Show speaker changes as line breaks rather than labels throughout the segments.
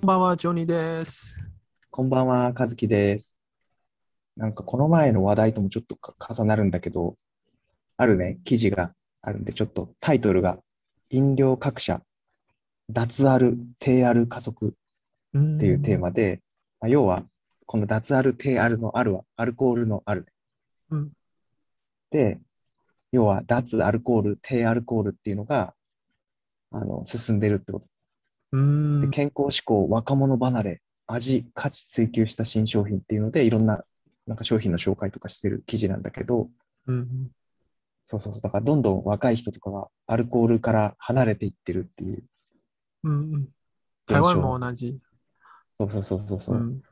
こんばんは、ジョニーです。
こんばんは、和樹です。なんかこの前の話題ともちょっとか重なるんだけど、あるね、記事があるんで、ちょっとタイトルが、飲料各社、脱アル、低アル加速
っ
っていうテー。マで、まあ、要は、この脱アル、低アルのアルは、アルコールのアル。
うん
で、要は、脱アルコール、低アルコールっていうのが、あの、進んでるってこと。
う
で
ん。
健康志向、若者離れ、味、価値追求した新商品っていうので、いろんななんか商品の紹介とかしてる記事なんだけど、
うん。
そうそうそう、だからどんどん若い人とかがアルコールから離れていってるっていう。
うんうん。
現
台湾
象
も同じ。
そうそうそうそうそうう、
ん。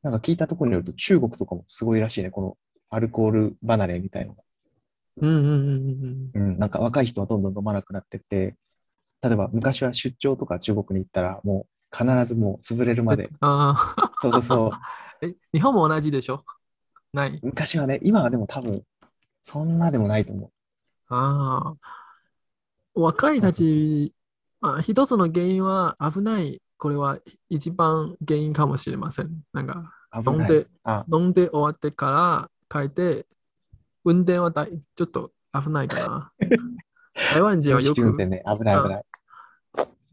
なんか聞いたところによると、中国とかもすごいらしいね、このアルコール離れみたいな。
うんうんうんうん
うん、なんか若い人はどんどん飲まなくなってって、例えば昔は出張とか中国に行ったら、もう必ずもう潰れる
う
ま
ん
で。。
ああ。
そうそうそう。
え、日本も同じでしょない。
昔はね、今はでも多分、そんなでもないと思う。
ああ。若いたち、あ一つの原因は危ない。これは一番原因かもしれません。なんか、
危
飲ん
ない。
で、
あ、
飲んで終わってから書いて、運転はだいちょっと危ない かな。台湾人は
飲
よ
酒運
く
転。ね、危ない危ない。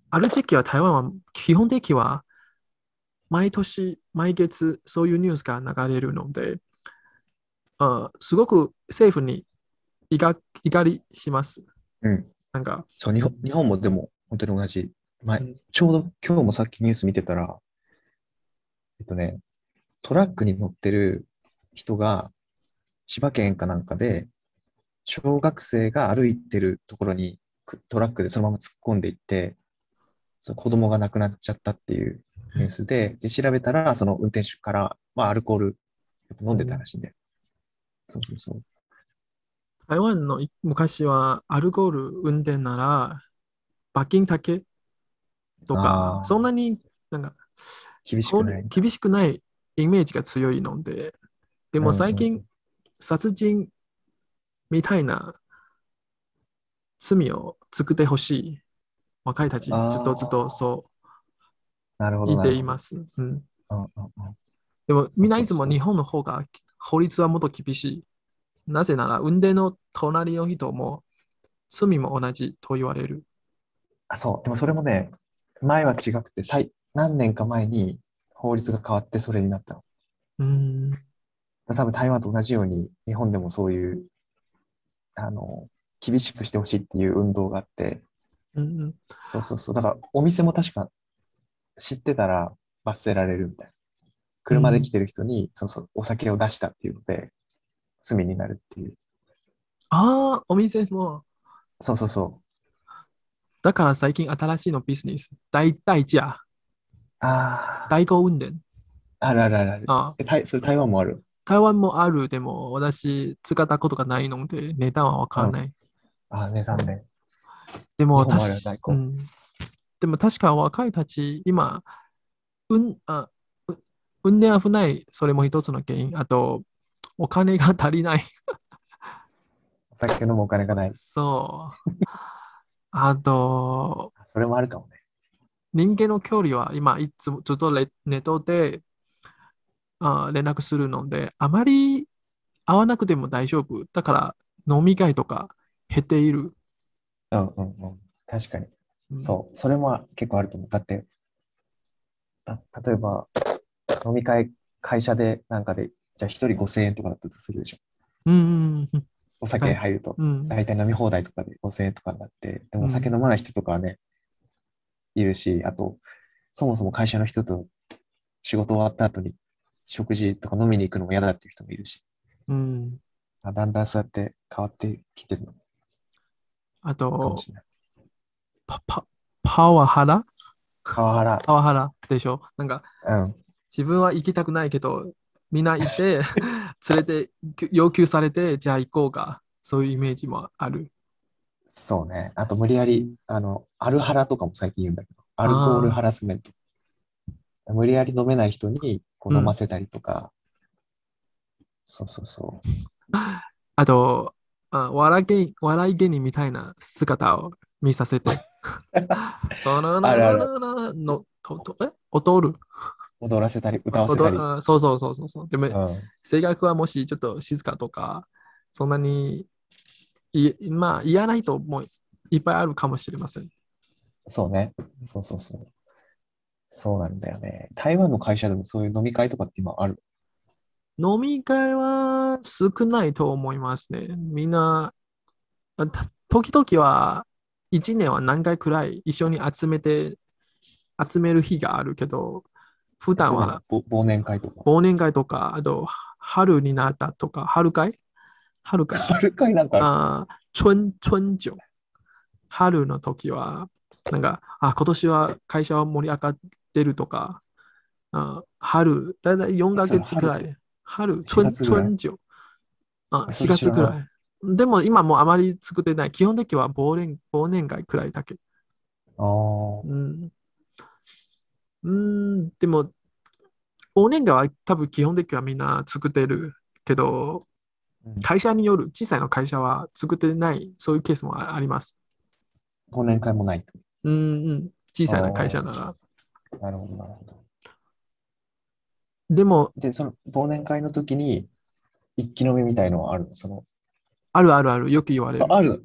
ある時期は台湾は基本的には毎年、毎月そういうニュースが流れるので、あすごく政府に怒怒りします。
うん。
なんか、
そう、日本日本もでも、本当に同じ。前
うん
ちょうど今日もさっきニュース見てたら、えっとね、トラックに乗ってる人が、千葉県かなんかで、小学生が歩いてるところにくトラックでそのまま突っ込んでいって、その子供が亡くなっちゃったっていうニュースで、で、調べたら、その運転手から、まあ、アルコールやっぱ飲んでたらしいんだよ。そうそうそう。
台湾のい昔はアルコール運転なら罰金だけとか
あ、ー
そんなになんか
厳しくない。
厳しくないイメージが強いので、でも最近、
うん
殺人みたいな罪を作ってほしい若いたち、ず
あー
っとずっとそ
なるほ
う
ど
言
な
って
るほど。
います。うん、
うんうんうん
でもみんな
そう
いつも
そう
日本の方が法律はもっと厳しい。なぜなら運転の隣の人も罪も同じと言われる。
あ、そう。でもそれもね、前は違くて、最、何年か前に法律が変わってそれになったの。
うん、
だ多分台湾と同じように、日本でもそういう、あの、厳しくしてほしいっていう運動があって、
うんうん、
そうそうそう。だからお店も確か知ってたら罰せられるみたいな。車で来てる人に、そうそう、お酒を出したっていうので、罪になるっていう。
ああ、お店も。
そうそうそう。
だから最近新しいのビジネス、代代驾、
ああ、
代行運転。
あるあるあるある。
あー
え、台、それ台湾もある。
台湾もある、でも私使ったことがないので値段はわからない。
ああ、値段ね。
でも
日本もあ
確
るよ代
か、
行
うん、でも確か若いたち、今、うん、あ、う運転危ない、それも一つの原因。あと、お金が足りない。
お酒飲むお金がない。
そう。あと、
それもあるかもね。
人間の距離は今、いつもずっとレネットであ連絡するので、あまり会わなくても大丈夫。だから、飲み会とか減っている。
うんうんうん。確かに。
うん
そう。それも結構あると思う。だって、た例えば、飲み会、会社でなんかで、じゃあ1人5000円とかだったとするでしょ。
うんうん
お酒入ると、
うん
大体飲み放題とかで5000円とかになって、で
うん
もお酒飲まない人とかはね、いるし、あと、そもそも会社の人と仕事終わった後に食事とか飲みに行くのも嫌だっていう人もいるし、
うん。
あだんだんそうやって変わってきてるのか
あ
も
と、
しれない。
パパパワハラ
川原、
パワハラでしょなんか、
うん。
自分は行きたくないけど、みんな行 って、連れて、要求されて、じゃあ行こうか。そういうイメージもある。
そうね。あと、無理やり、あの、アルハラとかも最近言うんだけど、アルコールハラスメント。無理やり飲めない人にこう
うん
飲ませたりとか、そうそうそう。
あと、あ笑い芸笑い芸人み たいな姿を見させて。あ
あるある
のととえ踊る
踊らせたり、歌わせたり。
踊
う
あそうそうそうそうそう。でも、
ん。
性格はもしちょっと静かとか、そんなにい、まあ、嫌な人もいっぱいあるかもしれません。
そうね。そうそうそう。そうなんだよね。台湾の会社でもそういう飲み会とかって今ある。
飲み会は少ないと思いますね。みんな、あた時々は1年は何回くらい一緒に集めて、集める日があるけど、普段
そういう
は
のぼ忘年会とか。
忘年会とか、あと春になったとか、春会春会
春会なんかある。
あー春春酒春の時はなんかあ今年は会社は盛り上がってるとかあ春だいたい4ヶ月くらい春
四
春
月ぐらい
春酒あ
そ
4
れ知
月
ら
く
ない
らいでも今もうあまり作ってない基本的には忘年忘年会くらいだけ
あー
うんうんでも忘年会は多分基本的にはみんな作ってるけど
うん
会社による、小さな会社は作ってない、そういうケースもああります。
忘年会もないと。
うんうん、小さな会社なら。
なるほど、なるほど。
でも、
で、その忘年会の時に、一気飲みみたいのはあるのその、
あるあるある、よく言われる。
あある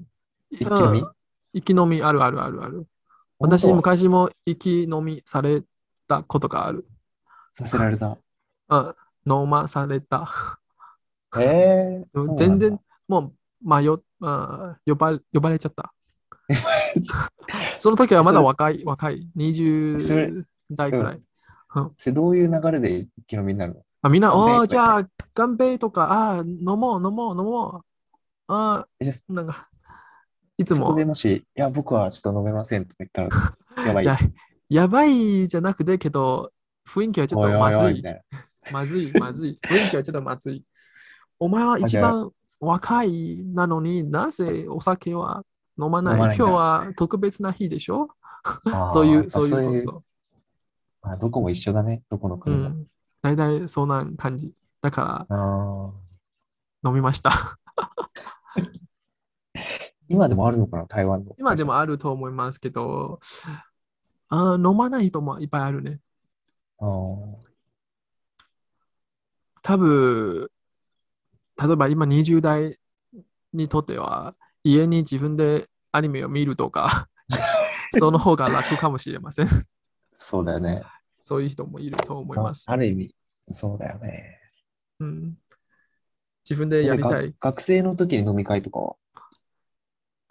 一気飲み
うん生き飲みあるあるあるある。私、
本当
昔も生き飲みされたことがある。
させられた。
あ飲まされた。
えー、そうな
全
んだ
然、もう、迷あ呼ば呼ばれちゃった。その時はまだ若い、若い、
それ
20代くらい。
それどういう流れで一気飲みになるの
あみんな、
乾杯
おーじゃあ、乾杯とか、あー飲もう、飲もう、飲もう。あ
えじゃあ
ーなんか、いつ
そこ
も
で、もし、いや、僕はちょっと飲めませんとか言ったら、やばい。
じゃあやばいじゃなくて、けど、雰囲気はちょ
お
っと
いおい
ま
お
ず
い、み
い
た。いな。
まずい、まずい。雰囲気はちょっとまずい。お前は
あじ
一
ゃあ
番若いなのになぜお酒は飲まない
飲まないんだ
今日は特別な日でしょ
あー
そうい
やっ
う、
ぱ
そういうこ
あどこも一緒だね、どこの
と。う
国も。
ん。大体そんな感じ。だか
あー
ら飲みました。
今でもあるのかな、台湾の。
今でもあると思いますけど、あー飲まない人もいっぱいあるね。
あー。
多分、例えば今20代にとっては、家に自分でアニメを見るとか、その方が楽かもしれません。
そうだよね。
そういう人もいると思います。
あある意味、そうだよね。
うん、自分でやりた
え
い
が。学生の時に飲み会とかは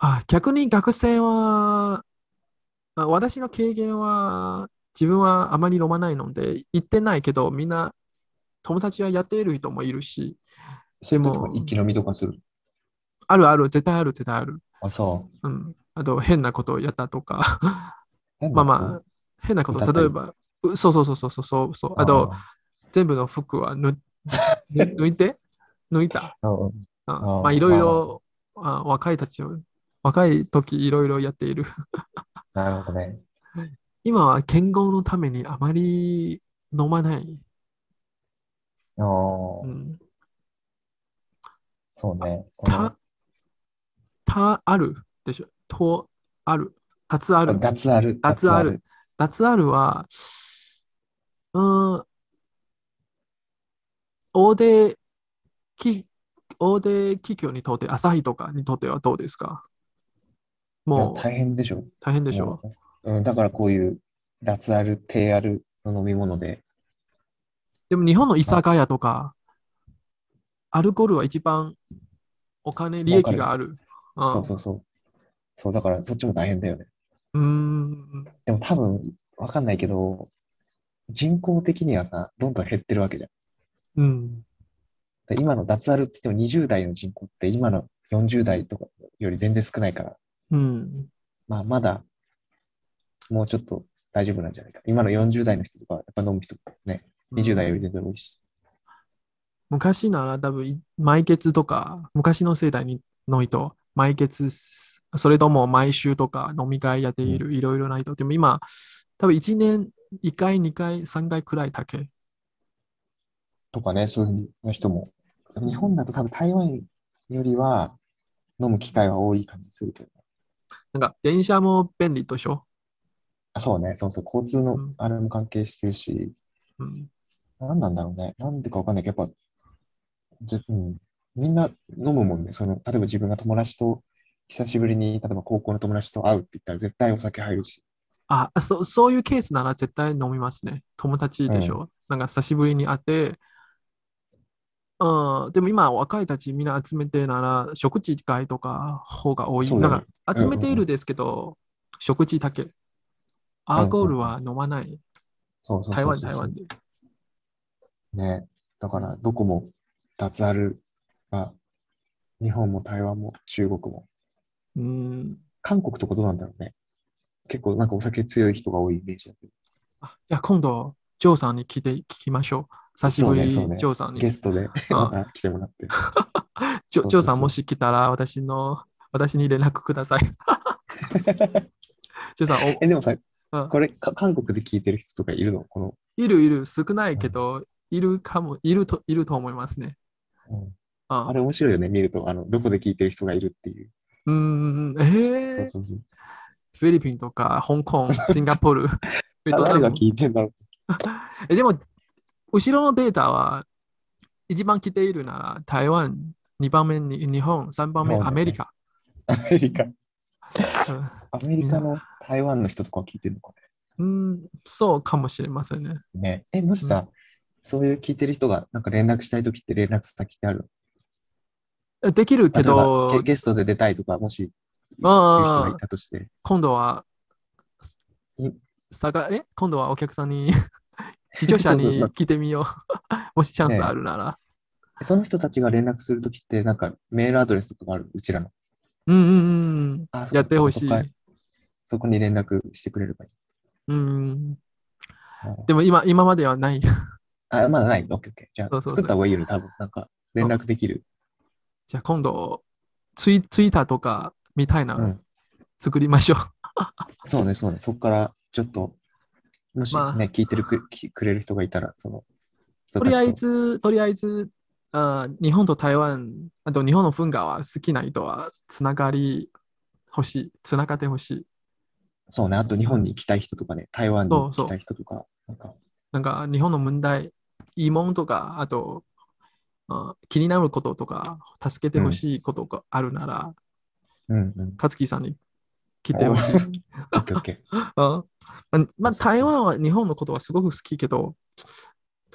あ逆に学生は、あ私の経験は、自分はあまり飲まないので、行ってないけど、みんな友達はやっている人もいるし、
そういう時
で
は
も
一気飲みとかする。
あるある、絶対ある、絶対ある。
あ、そう。
うん、あと、変なことをやったとか、
変
ま
な
あ
こと
まあ、変なこ
歌っ
と、
た
例
り
えば、うそうそうそうそうそうそうそう、あと、全部の服はぬぬ 抜いて、抜いた。
あーうん
あ
あー
まあ、いろいろ、あ若いたちを、若い時いろいろやっている。
なるほどね。
今は健康のためにあまり飲まない。
あー
うん、
そうね。
た、たあるでしょ。とある。たつあ
こ
る
の。脱ある。
脱ある。脱あるは、うん、大手き、大手企業にとって、朝日とかにとってはどうですか
いや
もう
大変でしょ。
大変でしょ
もううん、だからこういう脱ある、低あるの飲み物で。
でも日本の居酒屋とか、アルコールは一番お金、利益がある。あ
そうそうそう。そう、だからそっちも大変だよね。
うーん。
でも多分、わかんないけど、人口的にはさ、どんどん減ってるわけじゃん。
うん。
で今の脱アルって言っても20代の人口って今の40代とかより全然少ないから、
うん。
まあまだ、もうちょっと大丈夫なんじゃないか。今の40代の人とか、やっぱ飲む人ね、20代より全然多いし。
昔なら多分い、毎月とか、昔の世代にの人、毎月、それとも毎週とか飲み会やっているいろいろな人。でも今、多分1年1回、2回、3回くらいだけ。
とかね、そういうふうな人も。でも日本だと多分台湾よりは飲む機会は多い感じするけど。
なんか電車も便利でしょ
あそうね、そうそう、交通
う
の
ん
あれも関係してるし、
うん。
何なんだろうね。なんでかわかんないけど、やっぱ、自分、みんな飲むもんね。その、例えば自分が友達と、久しぶりに、例えば高校の友達と会うって言ったら絶対お酒入るし。
あ、そ、そういうケースなら絶対飲みますね。友達でしょ。なんか久しぶりに会って、うん、でも今若いたちみんな集めてなら食事会とか方が多い。
そうだね
なんか集めているですけど、食事だけ。アルコールは飲まない。
そうそうそう
台湾、
そう
台湾で。
ね。だから、どこも脱アルが、日本も台湾も中国も。
うん。
韓国とかどうなんだろうね。結構なんかお酒強い人が多いイメージだけど。
あ、じゃあ今度、ジョーさんに聞いて、聞きましょう。久しぶり、
そうねそうね
ジョーさんに。
ゲストで また来てもらっ
ジ
て。
ョ
そうそうそう
ジョーさんもし来たら私の、私に連絡くだ さい。ジョーさん、お
え、でもさ、
うん
これか、韓国で聞いてる人とかいるのこの、
いるいる、少ないけど、いるかも、いると、いると思いますね。
うん
あ
あれ面白いよね、見ると、あの、どこで聞いてる人がいるっていう。
うん、え
そう
ー、
そうそう。
フィリピンとか、香港、 シンガポール、ベトナ
誰が
ム。
聞いてんだろう。
え、でも、後ろのデータは、一番来ているなら、台湾、2番目に日本、3番目
日本だね
アメリカ。
アメリカ。
うん
アメリカの台湾の人とかは聞いてるのか
うん、そうかもしれませんね。
ね。ねえ、もしさ、そういう聞いてる人が、なんか連絡したいときって連絡先ってある
えできるけ
例えば
ど
ゲ、ゲストで出たいとか、もし、いう人がいたとして。
今度は、
い
さがえ今度はお客さん に、視聴者
そうそう
に
まあ
聞いてみよう。 もしチャンス
ね
あるなら。
その人たちが連絡するときって、なんかメールアドレスとかがある、うちらの。
うんうんうん。
あそっか
やってほし
そ
い
っ。かそこに連絡してくれればいい。
うん。
うん
でも今、今まではない。
あ、まだない。オッケーオッケー。じゃ
そう
あ、
そうそう
作った方がいいよね、多分。なんか、連絡できる。
じゃあ今度、ツイツイッターとかみたいな
う
の
ん。
作りま しょう。
そうね、そうね。そこから、ちょっと、もしね、
まあ
聞いてるくきくれる人がいたら、その、人
とり
たちと
あえず、とりあえず、あー日本と台湾、あと日本の文化は好きな人はつながり欲しい。つながってほしい。
そうね、あと日本に行きたい人とかね、台湾に行きたい人とか、なんか、
なんか日本の問題、疑問とか、あと、あ気になることとか、助けてほしいことがあるなら、
うんうん。
勝木さんに聞いてほしい。
オッケーオッケー。
あままあ、
そうそう
台湾は日本のことはすごく好きけど、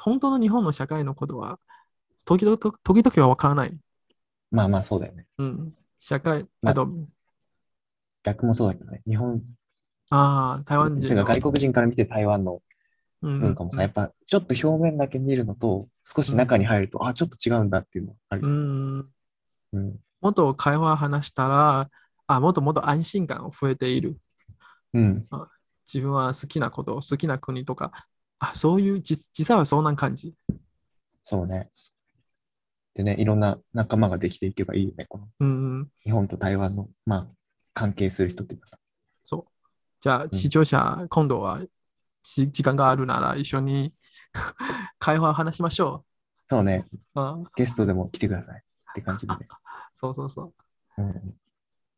本当の日本の社会のことは、時々と時々は分からない。
まあまあ、そうだよね。
うん、社会、
まあ
あと、
逆もそうだけどね。日本、
ああ、台湾
て
人
か
の
外国人から見て台湾の文化もさ、やっぱ、ちょっと表面だけ見るのと、少し中に入ると、あ、ちょっと違うんだっていうのがある
う
じゃん。
ん、うん
うん。
もっと会話を話したら、あ、もっともっと安心感が増えている。
うん。
自分は好きなこと、好きな国とか、あ、そういう、じ実際はそんな感じ。
そうね。でね、いろんな仲間ができていけばいいよね。この
うん、
日本と台湾の、まあ、関係する人っていうかさ。
そう。じゃあ、視聴者、今度は、し時間があるなら一緒に 会話を話しましょ
そうね、
う。あ
ゲストでも来てくださいって感じでね。
そうそうそう。
うん、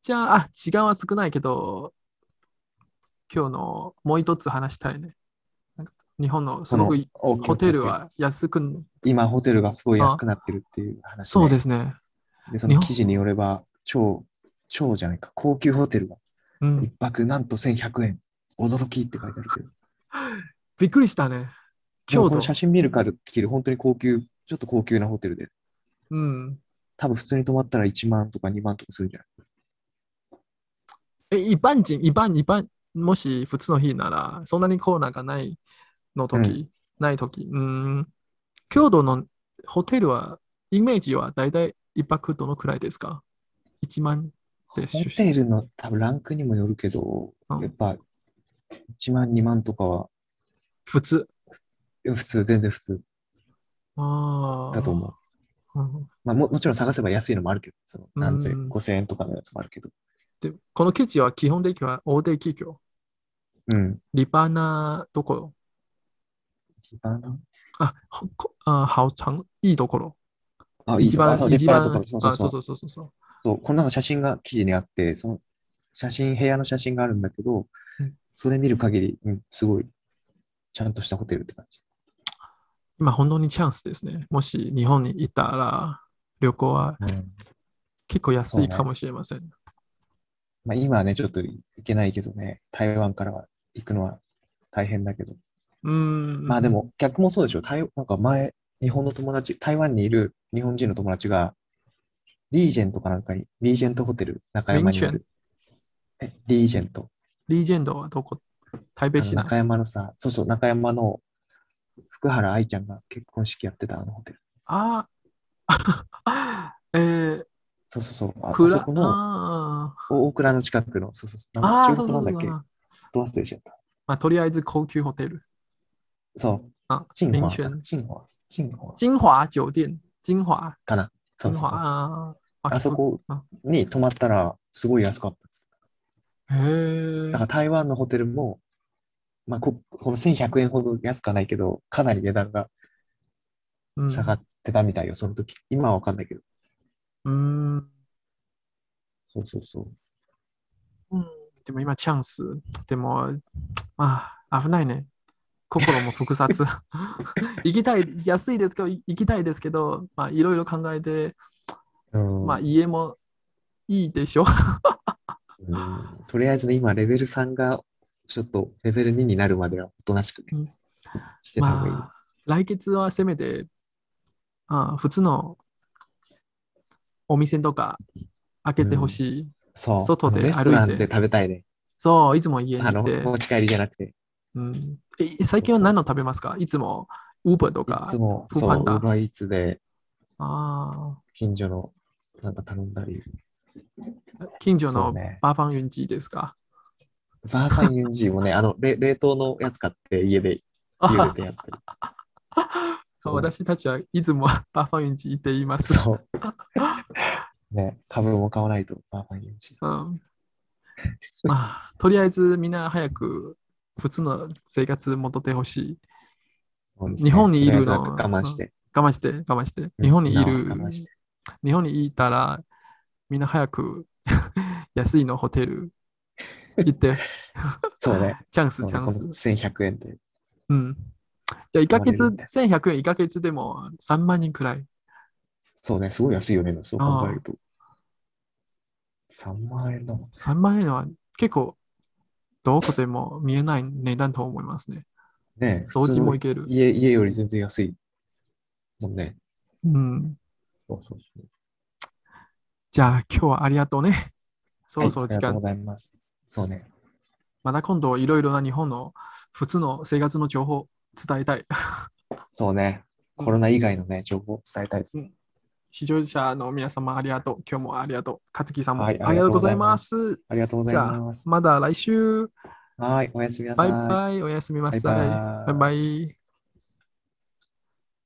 じゃあ、あ、時間は少ないけど、今日のもう一つ話したいね。なんか日本のすごくい
この OK
ホテルは安く、
今、ホテルがすごい安くなってるっていう話、ね。
そうですね。
で、そ
日
の
本
記事によれば、超、超じゃないか、高級ホテルが
う
一
ん、
泊なんと1100円。驚きって書いてあるけど。
びっくりしたね。
で
京
もこ
都
の、写真見るから切る、本当に高級、ちょっと高級なホテルで。
うん。
多分普通に泊まったら1万とか2万とかするんじゃない
え、一般人、一般、一般、もし普通の日なら、そんなにコロナがないの時、
う
ない時、うん、京都のホテルは、イメージはだいたい一泊どのくらいですか ?1 万で
ホ
す。
テルの多分ランクにもよるけど、
うん
やっぱ1万2万とかは
普通。
普通、全然普通
ああ。
だと思う。
うん
まあ、ももちろん探せば安いのもあるけど、その何千、
うん
5000円とかのやつもあるけど。
で、この基地は基本的には大手企業、
うん。
立派なところ、
あの
あ、ほこあ好長いいところ、
あ、いい
一
とこ。あ
番、
そう
一
立
番、
派なところ。そうそう
あ、
そ
そう
う
そうそうそうそう。
そう。このなんか写真が記事にあって、その写真、部屋の写真があるんだけど、それ見る限り、うん、すごい、ちゃんとしたホテルって感じ。
今本当にチャンスですね。もし日本にいたら旅行は
うん
結構安いかもしれません。
まあ、今はね、ちょっと行けないけどね、台湾からは行くのは大変だけど。
うーん。
まあで。も、逆もそうでしょ。台なんか前、日本の友達、台湾にいる日本人の友達が、リージェントかなんかに、リージェントホテル、中山にある。え、リージェント。
リージェンドはどこ台
あ
北
の
市内
中山のさ、そうそう、中山の福原愛ちゃんが結婚式やってたあのホテル。
ああ。 えー、
そうそうそう。ああ
く
そ
ら
こ、の
あー
大倉の近くの、そうそうそう。
あー、
中
そう
国
そ
な
うんそ
だ
う
っけ
ま
ドアステージだった。
あ、とりあえず高級ホテル。
そう。
あ、
チン
民
ホア
权。。
チンホア。チンホア
金華酒店。金華。
かな。そ
金
うそうそう。
華。あ
あそ。こ
あ
に泊まったら、すごい安かったです。
へえ
だ。から台湾のホテルも、まあ、ここの1100円ほど安くはないけど、かなり値段が
うん
下がってたみたいよ、その時。今はわかんないけど。
うーん。
そうそうそう。
うんでも今チャンス。でも、ああ、危ないね。心も複雑。 行きたい、安いですけど、行きたいですけど、まあ、いろいろ考えて、
うん
まあ、家もいいでしょ。
うんとりあえずね、今、レベル3が、ちょっとレベル2になるまではおとなしくね、
うん
してた方がいい。
まあ、来月はせめて、あ普通のお店とか開けてほしい。
そう。
外で
レストラ
歩い
ン
て
で食べたいね。
そう、いつも家に
あの、
いて。
持ち帰りじゃなくて、い
うん、え最近は何の食べますかいつも、ウーバーとか。
つも、
フー
そう、
パ
ウ
ンダ
ーバーイーツで、
あ
近所の、なんか頼んだり、
あ、近所
そ
の
うね
バーファンユンジーですか。
バーファンユンジ ーもね、あの、れ冷凍のやつ買って、家で、家でやったり。
そう、
そう
私たちはいつもバーファンチ行っています。
そう。ね、株も買わないと、バーファンユンジ。
うんまあ、とりあえずみんな早く普通の生活戻ってほしい。
そうですね
日本にいるの
とりあえずは我慢して。
我慢して、我慢して。日本にい
みん
る
なは我慢して、
日本にいたらみんな早く 安いのホテル行って、
そうね。
チャンス、
そう
チ
ね
ャ
こ
ン
の
ス。
1100円で。
うん。じゃあ、1ヶ月、
泊まれるんで
1100円1ヶ月でも3万人くらい。
そうね、すごい安いよね、そう考えると。3万円だもん。
3万円は結構どこでも見えない値段と思いますね。
ね
掃除もい
普
け
通
る
の。家家より全然安いもんね。
うん。
そうそうそう。
じゃあ今日はありがとうね。そろそろ時
はいありがと
間。
うございます。そうね。
また今度いろいろな日本の普通の生活の情報伝えたい。
そうね。コロナ以外のね、情報を伝えたいです
う。ん視聴者の皆様ありがとう。今日もありがとう。勝木さんもあ
はい
りがとうございます。
ありがとうござい
じゃあ
ます。
また来週。
はい、おやすみなさ
バ
い。
イバイ。おやすみなさい。バ
バイバイ
イバイ